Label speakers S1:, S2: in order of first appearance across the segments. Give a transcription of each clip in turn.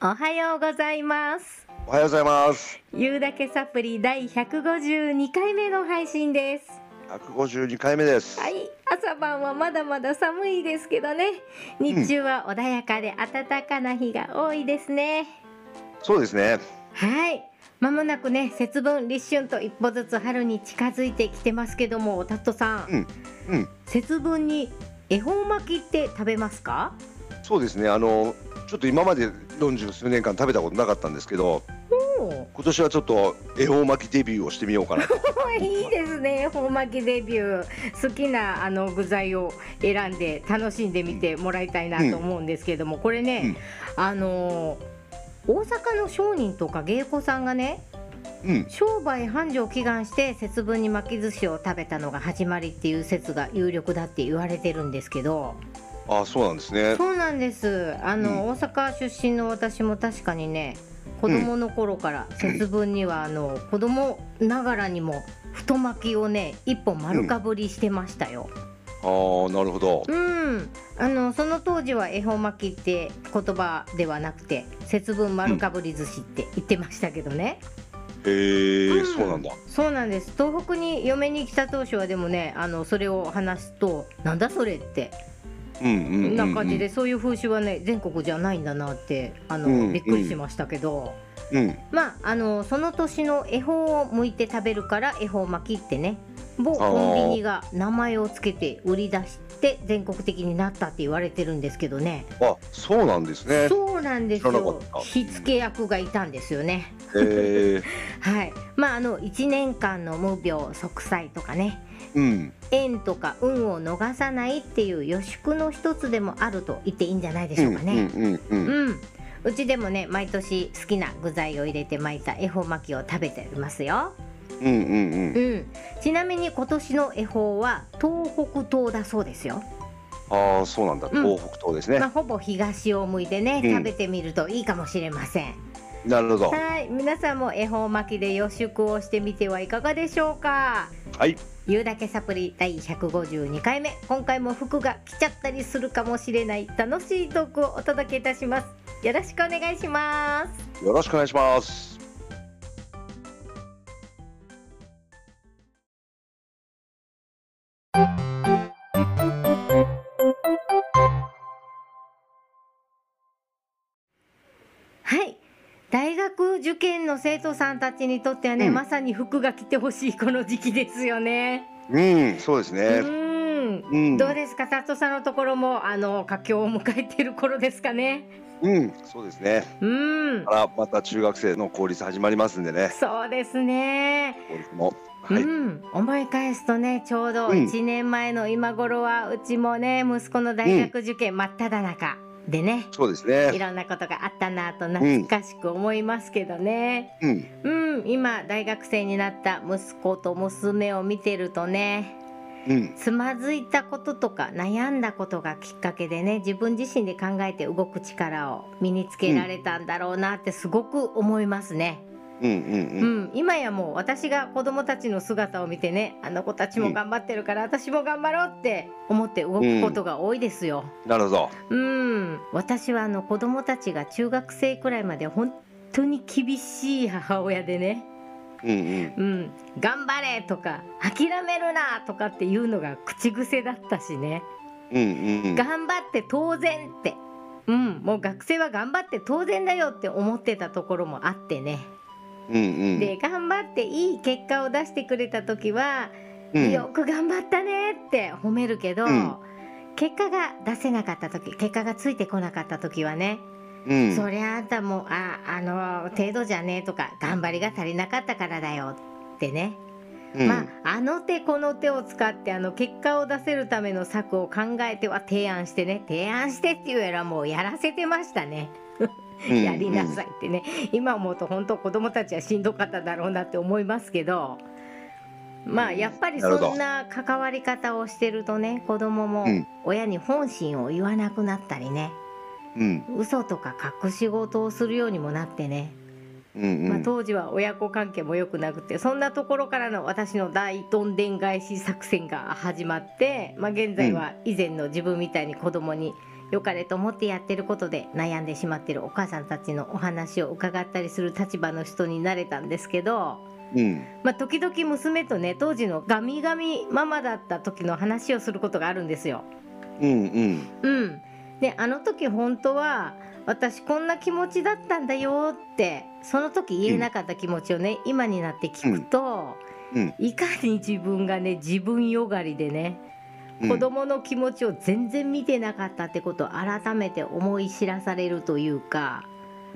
S1: おはようございます
S2: おはようございます。
S1: ゆうだけサプリ第152回目の配信です
S2: 152回目です。
S1: はい朝晩はまだまだ寒いですけどね日中は穏やかで暖かな日が多いですね、
S2: そうですね。
S1: はいまもなくね節分立春と一歩ずつ春に近づいてきてますけどもタットさん
S2: うん、
S1: 節分に恵方巻きって食べますか
S2: そうですね。あのちょっと今まで40数年間食べたことなかったんですけど、
S1: おー
S2: 今年はちょっと恵方巻きデビューをしてみようかな と。
S1: いいですね恵方巻きデビュー好きなあの具材を選んで楽しんでみてもらいたいなと思うんですけども、これね、あのー大阪の商人とか芸妓さんがね
S2: うん、
S1: 商売繁盛を祈願して節分に巻き寿司を食べたのが始まりっていう説が有力だって言われてるんですけど
S2: あ、そうなんですね。
S1: そうなんですあの、
S2: うん
S1: 大阪出身の私も確かにね子供の頃から節分にはあの子供ながらにも太巻きをね一本丸かぶりしてましたよ。
S2: ああ、なるほど
S1: う。ん、あのその当時は恵方巻きって言葉ではなくて節分丸かぶり寿司って言ってましたけどね。
S2: へえ、
S1: うん
S2: そうなんだ。
S1: そうなんです東北に嫁に来た当初はでもねあのそれを話すとなんだそれって
S2: うんうんうん、うん。
S1: な感じで、。そういう風習はね全国じゃないんだなってあの、
S2: うん
S1: びっくりしましたけど、
S2: うん、
S1: まああのその年の恵方を剥いて食べるから恵方巻きってね某コンビニが名前をつけて売り出して全国的になったって言われてるんですけどね
S2: あ、そうなんですね。
S1: そうなんです
S2: 知らなか
S1: よ
S2: った
S1: 火付け役がいたんですよね。
S2: へえ、
S1: はいまああの1年間の無病息災とかね
S2: うん、
S1: 縁とか運を逃さないっていう予祝の一つでもあると言っていいんじゃないでしょうかね。
S2: うんうんうんうん。
S1: うん、うちでもね毎年好きな具材を入れて巻いた恵方巻きを食べていますよ、
S2: うんうんう。
S1: うんん、ちなみに今年の恵方は東北東だそうですよ、
S2: ああ、そうなんだ。
S1: ん
S2: 東北東ですね
S1: まあ、。ほぼ東を向いてね
S2: うん
S1: 食べてみるといいかもしれません、
S2: なるほど。
S1: はい皆さんも恵方巻きで予祝をしてみてはいかがでしょうか
S2: はい。
S1: 言うだけサプリ第152回目今回も服が着ちゃったりするかもしれない楽しいトークをお届けいたしますよろしくお願いします
S2: よろしくお願いします。
S1: はい大学受験の生徒さんたちにとってはね、
S2: うん
S1: まさに服が着てほしいこの時期ですよね。
S2: うん、そうです
S1: う
S2: ね。
S1: ん
S2: うん、
S1: どうですか、佐藤さんのところもあの佳境を迎えている頃ですかね。
S2: うん、そうですね。
S1: うん
S2: か、らまた中学生の公立始まりますんでね。
S1: そうですね。
S2: 公立も。はい。
S1: うん、思い返すとね、ちょうど
S2: うん
S1: 1年前の今頃は、うちもね、息子の大学受験真っ只中でね、
S2: そうです
S1: い
S2: ね。
S1: ろんなことがあったなと懐かしく思いますけどね。
S2: うん。
S1: うん、今大学生になった息子と娘を見てるとね
S2: うん。
S1: つまずいたこととか悩んだことがきっかけでね自分自身で考えて動く力を身につけられたんだろうなってすごく思いますね、
S2: うん。
S1: う
S2: う。
S1: んん、今やもう私が子供たちの姿を見てねあの子たちも頑張ってるから私も頑張ろうって思って動くことが多いですよ。
S2: うん。なるほど。
S1: うん、私はあの子供たちが中学生くらいまで本当に厳しい母親でね
S2: うん。うん。
S1: うん、頑張れとか諦めるなとかっていうのが口癖だったしね、
S2: うん。うん。
S1: 頑張って当然って、うん、もう学生は頑張って当然だよって思ってたところもあってね、
S2: うん。
S1: で頑張っていい結果を出してくれた時は、
S2: うん。
S1: よく頑張ったねって褒めるけど、
S2: うん
S1: 結果が出せなかった時結果がついてこなかった時はね
S2: うん。
S1: そりゃあんたもああの程度じゃねえとか頑張りが足りなかったからだよってね
S2: うん。
S1: まあ、あの手この手を使ってあの結果を出せるための策を考えては提案してね提案してっていうよりはもうやらせてましたね
S2: うん
S1: やりなさいってね、今思うと本当子供たちはしんどかっただろうなって思いますけどまあ
S2: うん
S1: やっぱり
S2: なるほど
S1: そんな関わり方をしてるとね子供も
S2: うん
S1: 親に本心を言わなくなったりね
S2: うん。
S1: 嘘とか隠し事をするようにもなってね
S2: うん。う
S1: まあ、
S2: ん。
S1: 当時は親子関係も良くなくてそんなところからの私の大どんでん返し作戦が始まって、まあ、現在は以前の自分みたいに子供に良かれと思ってやってることで悩んでしまってるお母さんたちのお話を伺ったりする立場の人になれたんですけど、
S2: うん
S1: まあ、時々娘とね当時のガミガミママだった時の話をすることがあるんですよ。
S2: うんうん
S1: うん、であの時本当は私こんな気持ちだったんだよってその時言えなかった気持ちをね、今になって聞くと、
S2: うん
S1: いかに自分がね自分よがりでね
S2: うん
S1: 子供の気持ちを全然見てなかったってことを改めて思い知らされるというか、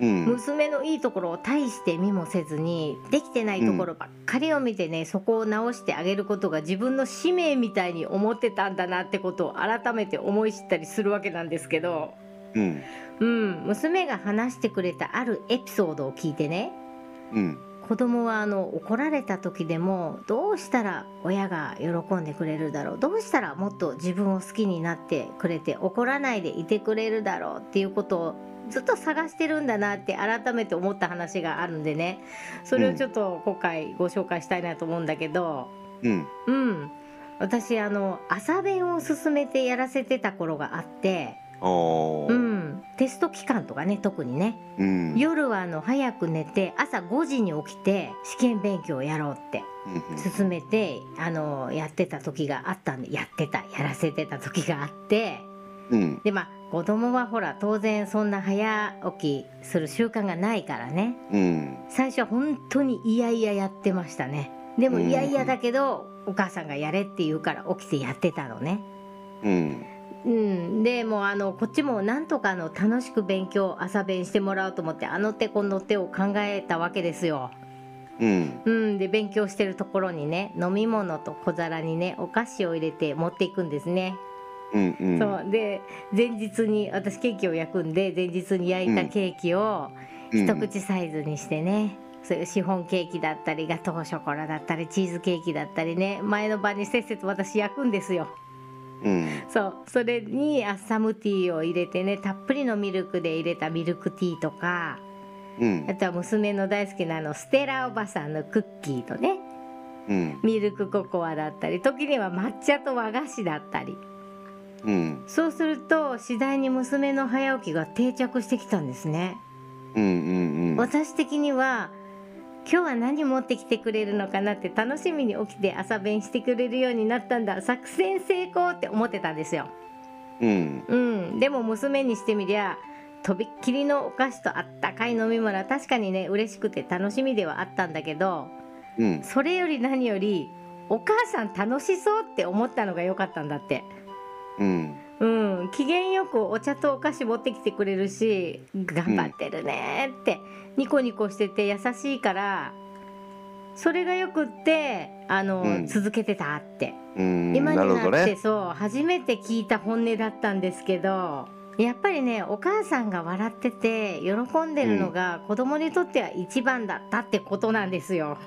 S2: うん
S1: 娘のいいところを大して見もせずにできてないところばっかりを見てね、そこを直してあげることが自分の使命みたいに思ってたんだなってことを改めて思い知ったりするわけなんですけど、
S2: うん
S1: うん、娘が話してくれたあるエピソードを聞いてね
S2: うん
S1: 子供はあの怒られた時でもどうしたら親が喜んでくれるだろうどうしたらもっと自分を好きになってくれて怒らないでいてくれるだろうっていうことをずっと探してるんだなって改めて思った話があるんでねそれをちょっと今回ご紹介したいなと思うんだけど
S2: うん
S1: うん私あの朝弁を勧めてやらせてた頃があって、
S2: あー
S1: うん、テスト期間とかね特にね
S2: うんうん
S1: 夜はあの早く寝て朝5時に起きて試験勉強をやろうって進めてあのやってた時があったんでやってたやらせてた時があって
S2: うん
S1: でまあ子供はほら当然そんな早起きする習慣がないからね
S2: うん
S1: 最初は本当にいやいややってましたねでも
S2: うん
S1: いやいやだけどお母さんがやれって言うから起きてやってたのね
S2: うん
S1: うん、でもうあのこっちもなんとかあの楽しく勉強朝勉してもらおうと思ってあの手この手を考えたわけですよ。
S2: うん
S1: うん、で勉強してるところにね飲み物と小皿にねお菓子を入れて持っていくんですね。
S2: うんうん
S1: そうで前日に私ケーキを焼くんで前日に焼いたケーキを
S2: うん
S1: 一口サイズにしてね、そういうシフォンケーキだったりガトーショコラだったりチーズケーキだったりね前の晩にせっせと私焼くんですよ。
S2: うん
S1: そうそれにアッサムティーを入れてねたっぷりのミルクで入れたミルクティーとか
S2: うん
S1: あとは娘の大好きなあのステラおばさんのクッキーとね
S2: うん
S1: ミルクココアだったり時には抹茶と和菓子だったり
S2: うん
S1: そうすると次第に娘の早起きが定着してきたんですね、
S2: うんうん
S1: 私的には今日は何持ってきてくれるのかなって楽しみに起きて朝弁してくれるようになったんだ作戦成功って思ってたんですよ
S2: うん
S1: うん、でも娘にしてみりゃとびっきりのお菓子とあったかい飲み物は確かにね嬉しくて楽しみではあったんだけど
S2: うん
S1: それより何よりお母さん楽しそうって思ったのが良かったんだって。
S2: うん
S1: うん、機嫌よくお茶とお菓子持ってきてくれるし頑張ってるねって、ニコニコしてて優しいからそれがよくってあの、
S2: うん
S1: 続けてたって
S2: うん
S1: 今に
S2: なる
S1: なって
S2: ほどね
S1: そう初めて聞いた本音だったんですけどやっぱりねお母さんが笑ってて喜んでるのが子供にとっては一番だったってことなんですよ。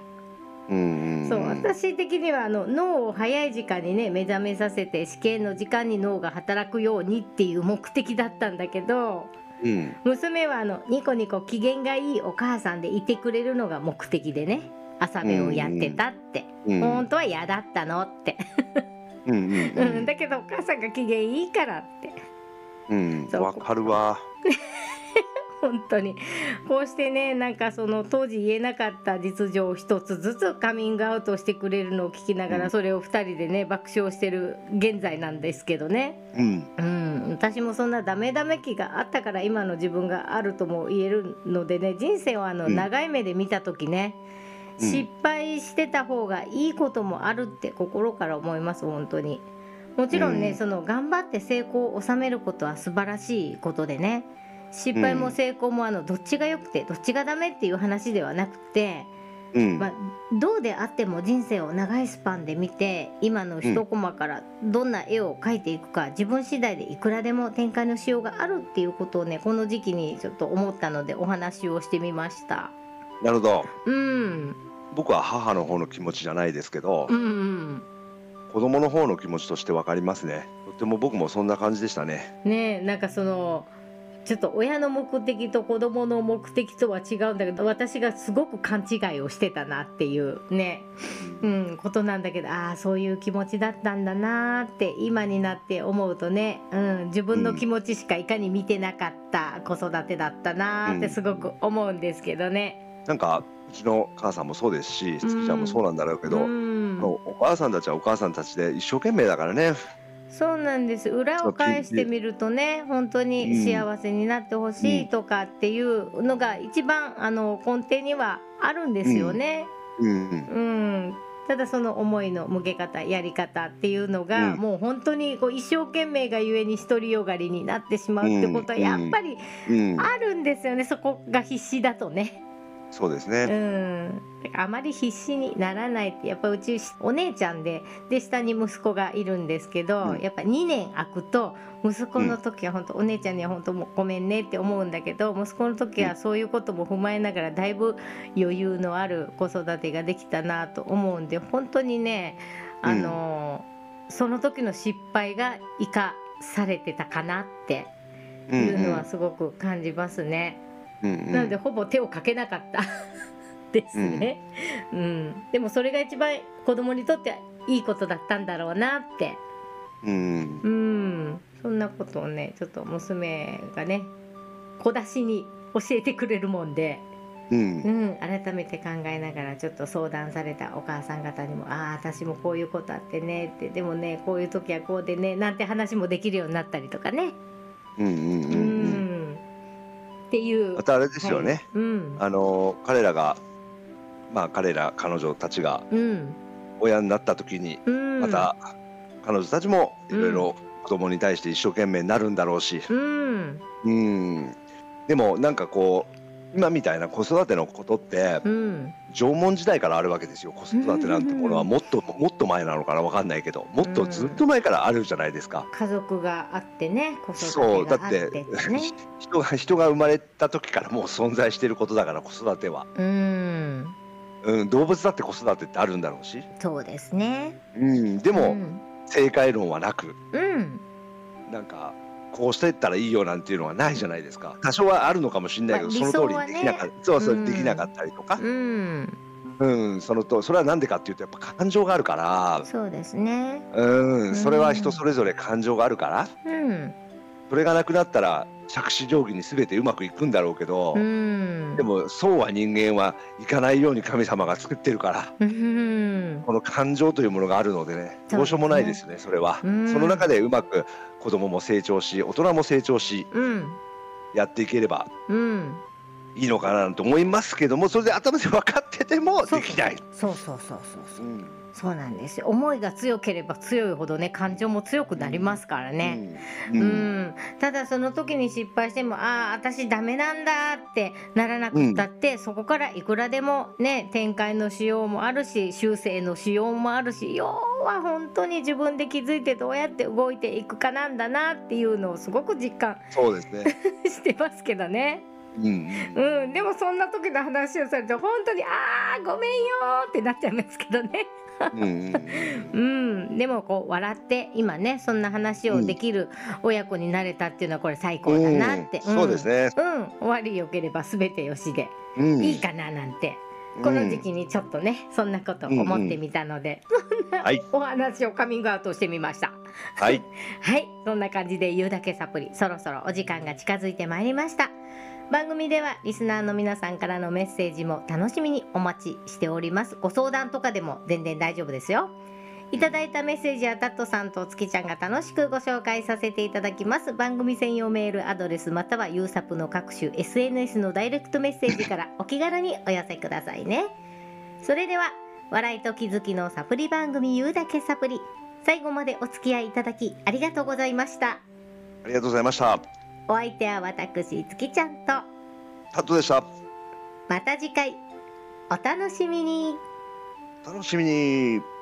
S2: うんん
S1: そう私的にはあの脳を早い時間にね目覚めさせて試験の時間に脳が働くようにっていう目的だったんだけど
S2: うん
S1: 娘はあのニコニコ機嫌がいいお母さんでいてくれるのが目的でね朝目をやってたって、
S2: うん
S1: 本当は嫌だったのって。
S2: うんう
S1: うん、
S2: ん
S1: だけどお母さんが機嫌いいからって
S2: うん
S1: そう
S2: わかるわ
S1: 本当にこうしてねなんかその当時言えなかった実情を一つずつカミングアウトしてくれるのを聞きながら、
S2: うん
S1: それを二人でね爆笑してる現在なんですけどね、
S2: うん
S1: うん、私もそんなダメダメ期があったから今の自分があるとも言えるのでね人生をあの
S2: うん
S1: 長い目で見た時ね、
S2: うん
S1: 失敗してた方がいいこともあるって心から思います本当にもちろんね、
S2: うん
S1: その頑張って成功を収めることは素晴らしいことでね失敗も成功もあのどっちが良くてどっちがダメっていう話ではなくて、
S2: うん
S1: まあ、どうであっても人生を長いスパンで見て今の一コマからどんな絵を描いていくか自分次第でいくらでも展開のしようがあるっていうことをねこの時期にちょっと思ったのでお話をしてみました。
S2: なるほど
S1: うん、
S2: 僕は母の方の気持ちじゃないですけど
S1: うん、うん
S2: 子供の方の気持ちとしてわかりますねとても僕もそんな感じでしたね
S1: ねえなんかそのちょっと親の目的と子供の目的とは違うんだけど私がすごく勘違いをしてたなっていうね、うん、ことなんだけどああそういう気持ちだったんだなーって今になって思うとね、うん、自分の気持ちしかいかに見てなかった子育てだったなーってすごく思うんですけどね。
S2: なんかうちの母さんもそうですし月ちゃんもそうなんだろうけど、
S1: うん
S2: あのお母さんたちはお母さんたちで一生懸命だからね
S1: そうなんです裏を返してみるとね本当に幸せになってほしいとかっていうのが一番あの根底にはあるんですよね。
S2: うん
S1: うんただその思いの向け方やり方っていうのが、
S2: うん
S1: もう本当にこう一生懸命がゆえに独りよがりになってしまうってことは
S2: うん
S1: やっぱり
S2: うん
S1: あるんですよねそこが必死だとね。
S2: そうです
S1: う
S2: ね、
S1: ん、だからあまり必死にならないってやっぱうちお姉ちゃんでで下に息子がいるんですけど、
S2: うん
S1: やっぱ2年空くと息子の時は本当、お姉ちゃんには本当もうごめんねって思うんだけど息子の時はそういうことも踏まえながらだいぶ余裕のある子育てができたなと思うんで本当にねあのー、その時の失敗が生かされてたかなって
S2: う
S1: い
S2: ん
S1: うのはすごく感じますね。
S2: うんうん
S1: なのでほぼ手をかけなかった ですね、うんでもそれが一番子供にとっていいことだったんだろうなって
S2: うん
S1: うんそんなことをねちょっと娘がね小出しに教えてくれるもんで、
S2: うん
S1: うん、改めて考えながらちょっと相談されたお母さん方にも「ああ私もこういうことあってね」って「でもねこういう時はこうでね」なんて話もできるようになったりとかね。
S2: うんうんうん
S1: う
S2: うん
S1: んっていう
S2: ま。たあれですよね、
S1: はいうん
S2: あの彼らがまあ彼ら彼女たちが
S1: うん
S2: 親になった時に
S1: うん、
S2: また彼女たちもいろいろ子供に対して一生懸命になるんだろうし、
S1: うん
S2: うん、でもなんかこう今みたいな子育てのことって
S1: うん
S2: 縄文時代からあるわけですよ子育てなんてものはもっともっと前なのかなわかんないけどもっとずっと前からあるじゃないですか。
S1: 家族があってね子
S2: そ
S1: 育
S2: う
S1: て
S2: だ
S1: があ
S2: っ
S1: って
S2: て
S1: ってね
S2: 人が人が生まれた時からもう存在していることだから子育ては、
S1: うん
S2: うん、動物だって子育てってあるんだろうし、
S1: そうですね
S2: うん、でも
S1: ん、
S2: 正解論はなく
S1: うん
S2: なんかこうしてったらいいよなんていうのはないじゃないですか多少はあるのかもしれないけど、
S1: まあ
S2: その
S1: 理想
S2: 通り
S1: は
S2: に
S1: ね
S2: できなかった、そうそう
S1: うん
S2: できなかったりとか、
S1: うん
S2: うんそのとそれは何でかっていうとやっぱ感情があるから、
S1: そうですね
S2: うん
S1: うん
S2: それは人それぞれ感情があるから
S1: うん
S2: それがなくなったら着手定規に全てうまくいくんだろうけど、
S1: うん
S2: でもそうは人間はいかないように神様が作ってるから。
S1: うん
S2: この感情というものがあるのでね
S1: そうですね
S2: どうしようもないですねそれは、
S1: うん
S2: その中でうまく子供も成長し大人も成長し
S1: うん
S2: やっていければ
S1: うん
S2: いいのかなと思いますけどもそれで頭で分かっててもできない。
S1: そうそうそうそうそううんそうなんですよ思いが強ければ強いほどね感情も強くなりますからね、
S2: うん
S1: うん、ただその時に失敗してもああ私ダメなんだってならなくったって、そこからいくらでもね展開のしようもあるし修正のしようもあるし要は本当に自分で気づいてどうやって動いていくかなんだなっていうのをすごく実感
S2: そうですね。
S1: してますけどね、
S2: うん うん
S1: うん、でもそんな時の話をされて本当に「ああごめんよ」ってなっちゃいますけどね。
S2: うんうん
S1: うん、でもこう笑って今ねそんな話をできる親子になれたっていうのはこれ最高だなって、
S2: うんそうです
S1: ね
S2: ね。
S1: うん終わりよければ全てよしで
S2: うん
S1: いいかななんて、この時期にちょっとねそんなこと思ってみたので、
S2: うんはい
S1: お話をカミングアウトしてみました
S2: はい
S1: はいそんな感じで「言うだけサプリ」そろそろお時間が近づいてまいりました番組ではリスナーの皆さんからのメッセージも楽しみにお待ちしておりますご相談とかでも全然大丈夫ですよいただいたメッセージはタットさんと月ちゃんが楽しくご紹介させていただきます番組専用メールアドレスまたはユーサプの各種 SNS のダイレクトメッセージからお気軽にお寄せくださいねそれでは笑いと気づきのサプリ番組「言うだけサプリ」最後までお付き合いいただきありがとうございました
S2: ありがとうございました。
S1: お相手は私月ちゃんと
S2: タットでした。
S1: また次回お楽しみに
S2: 楽しみに。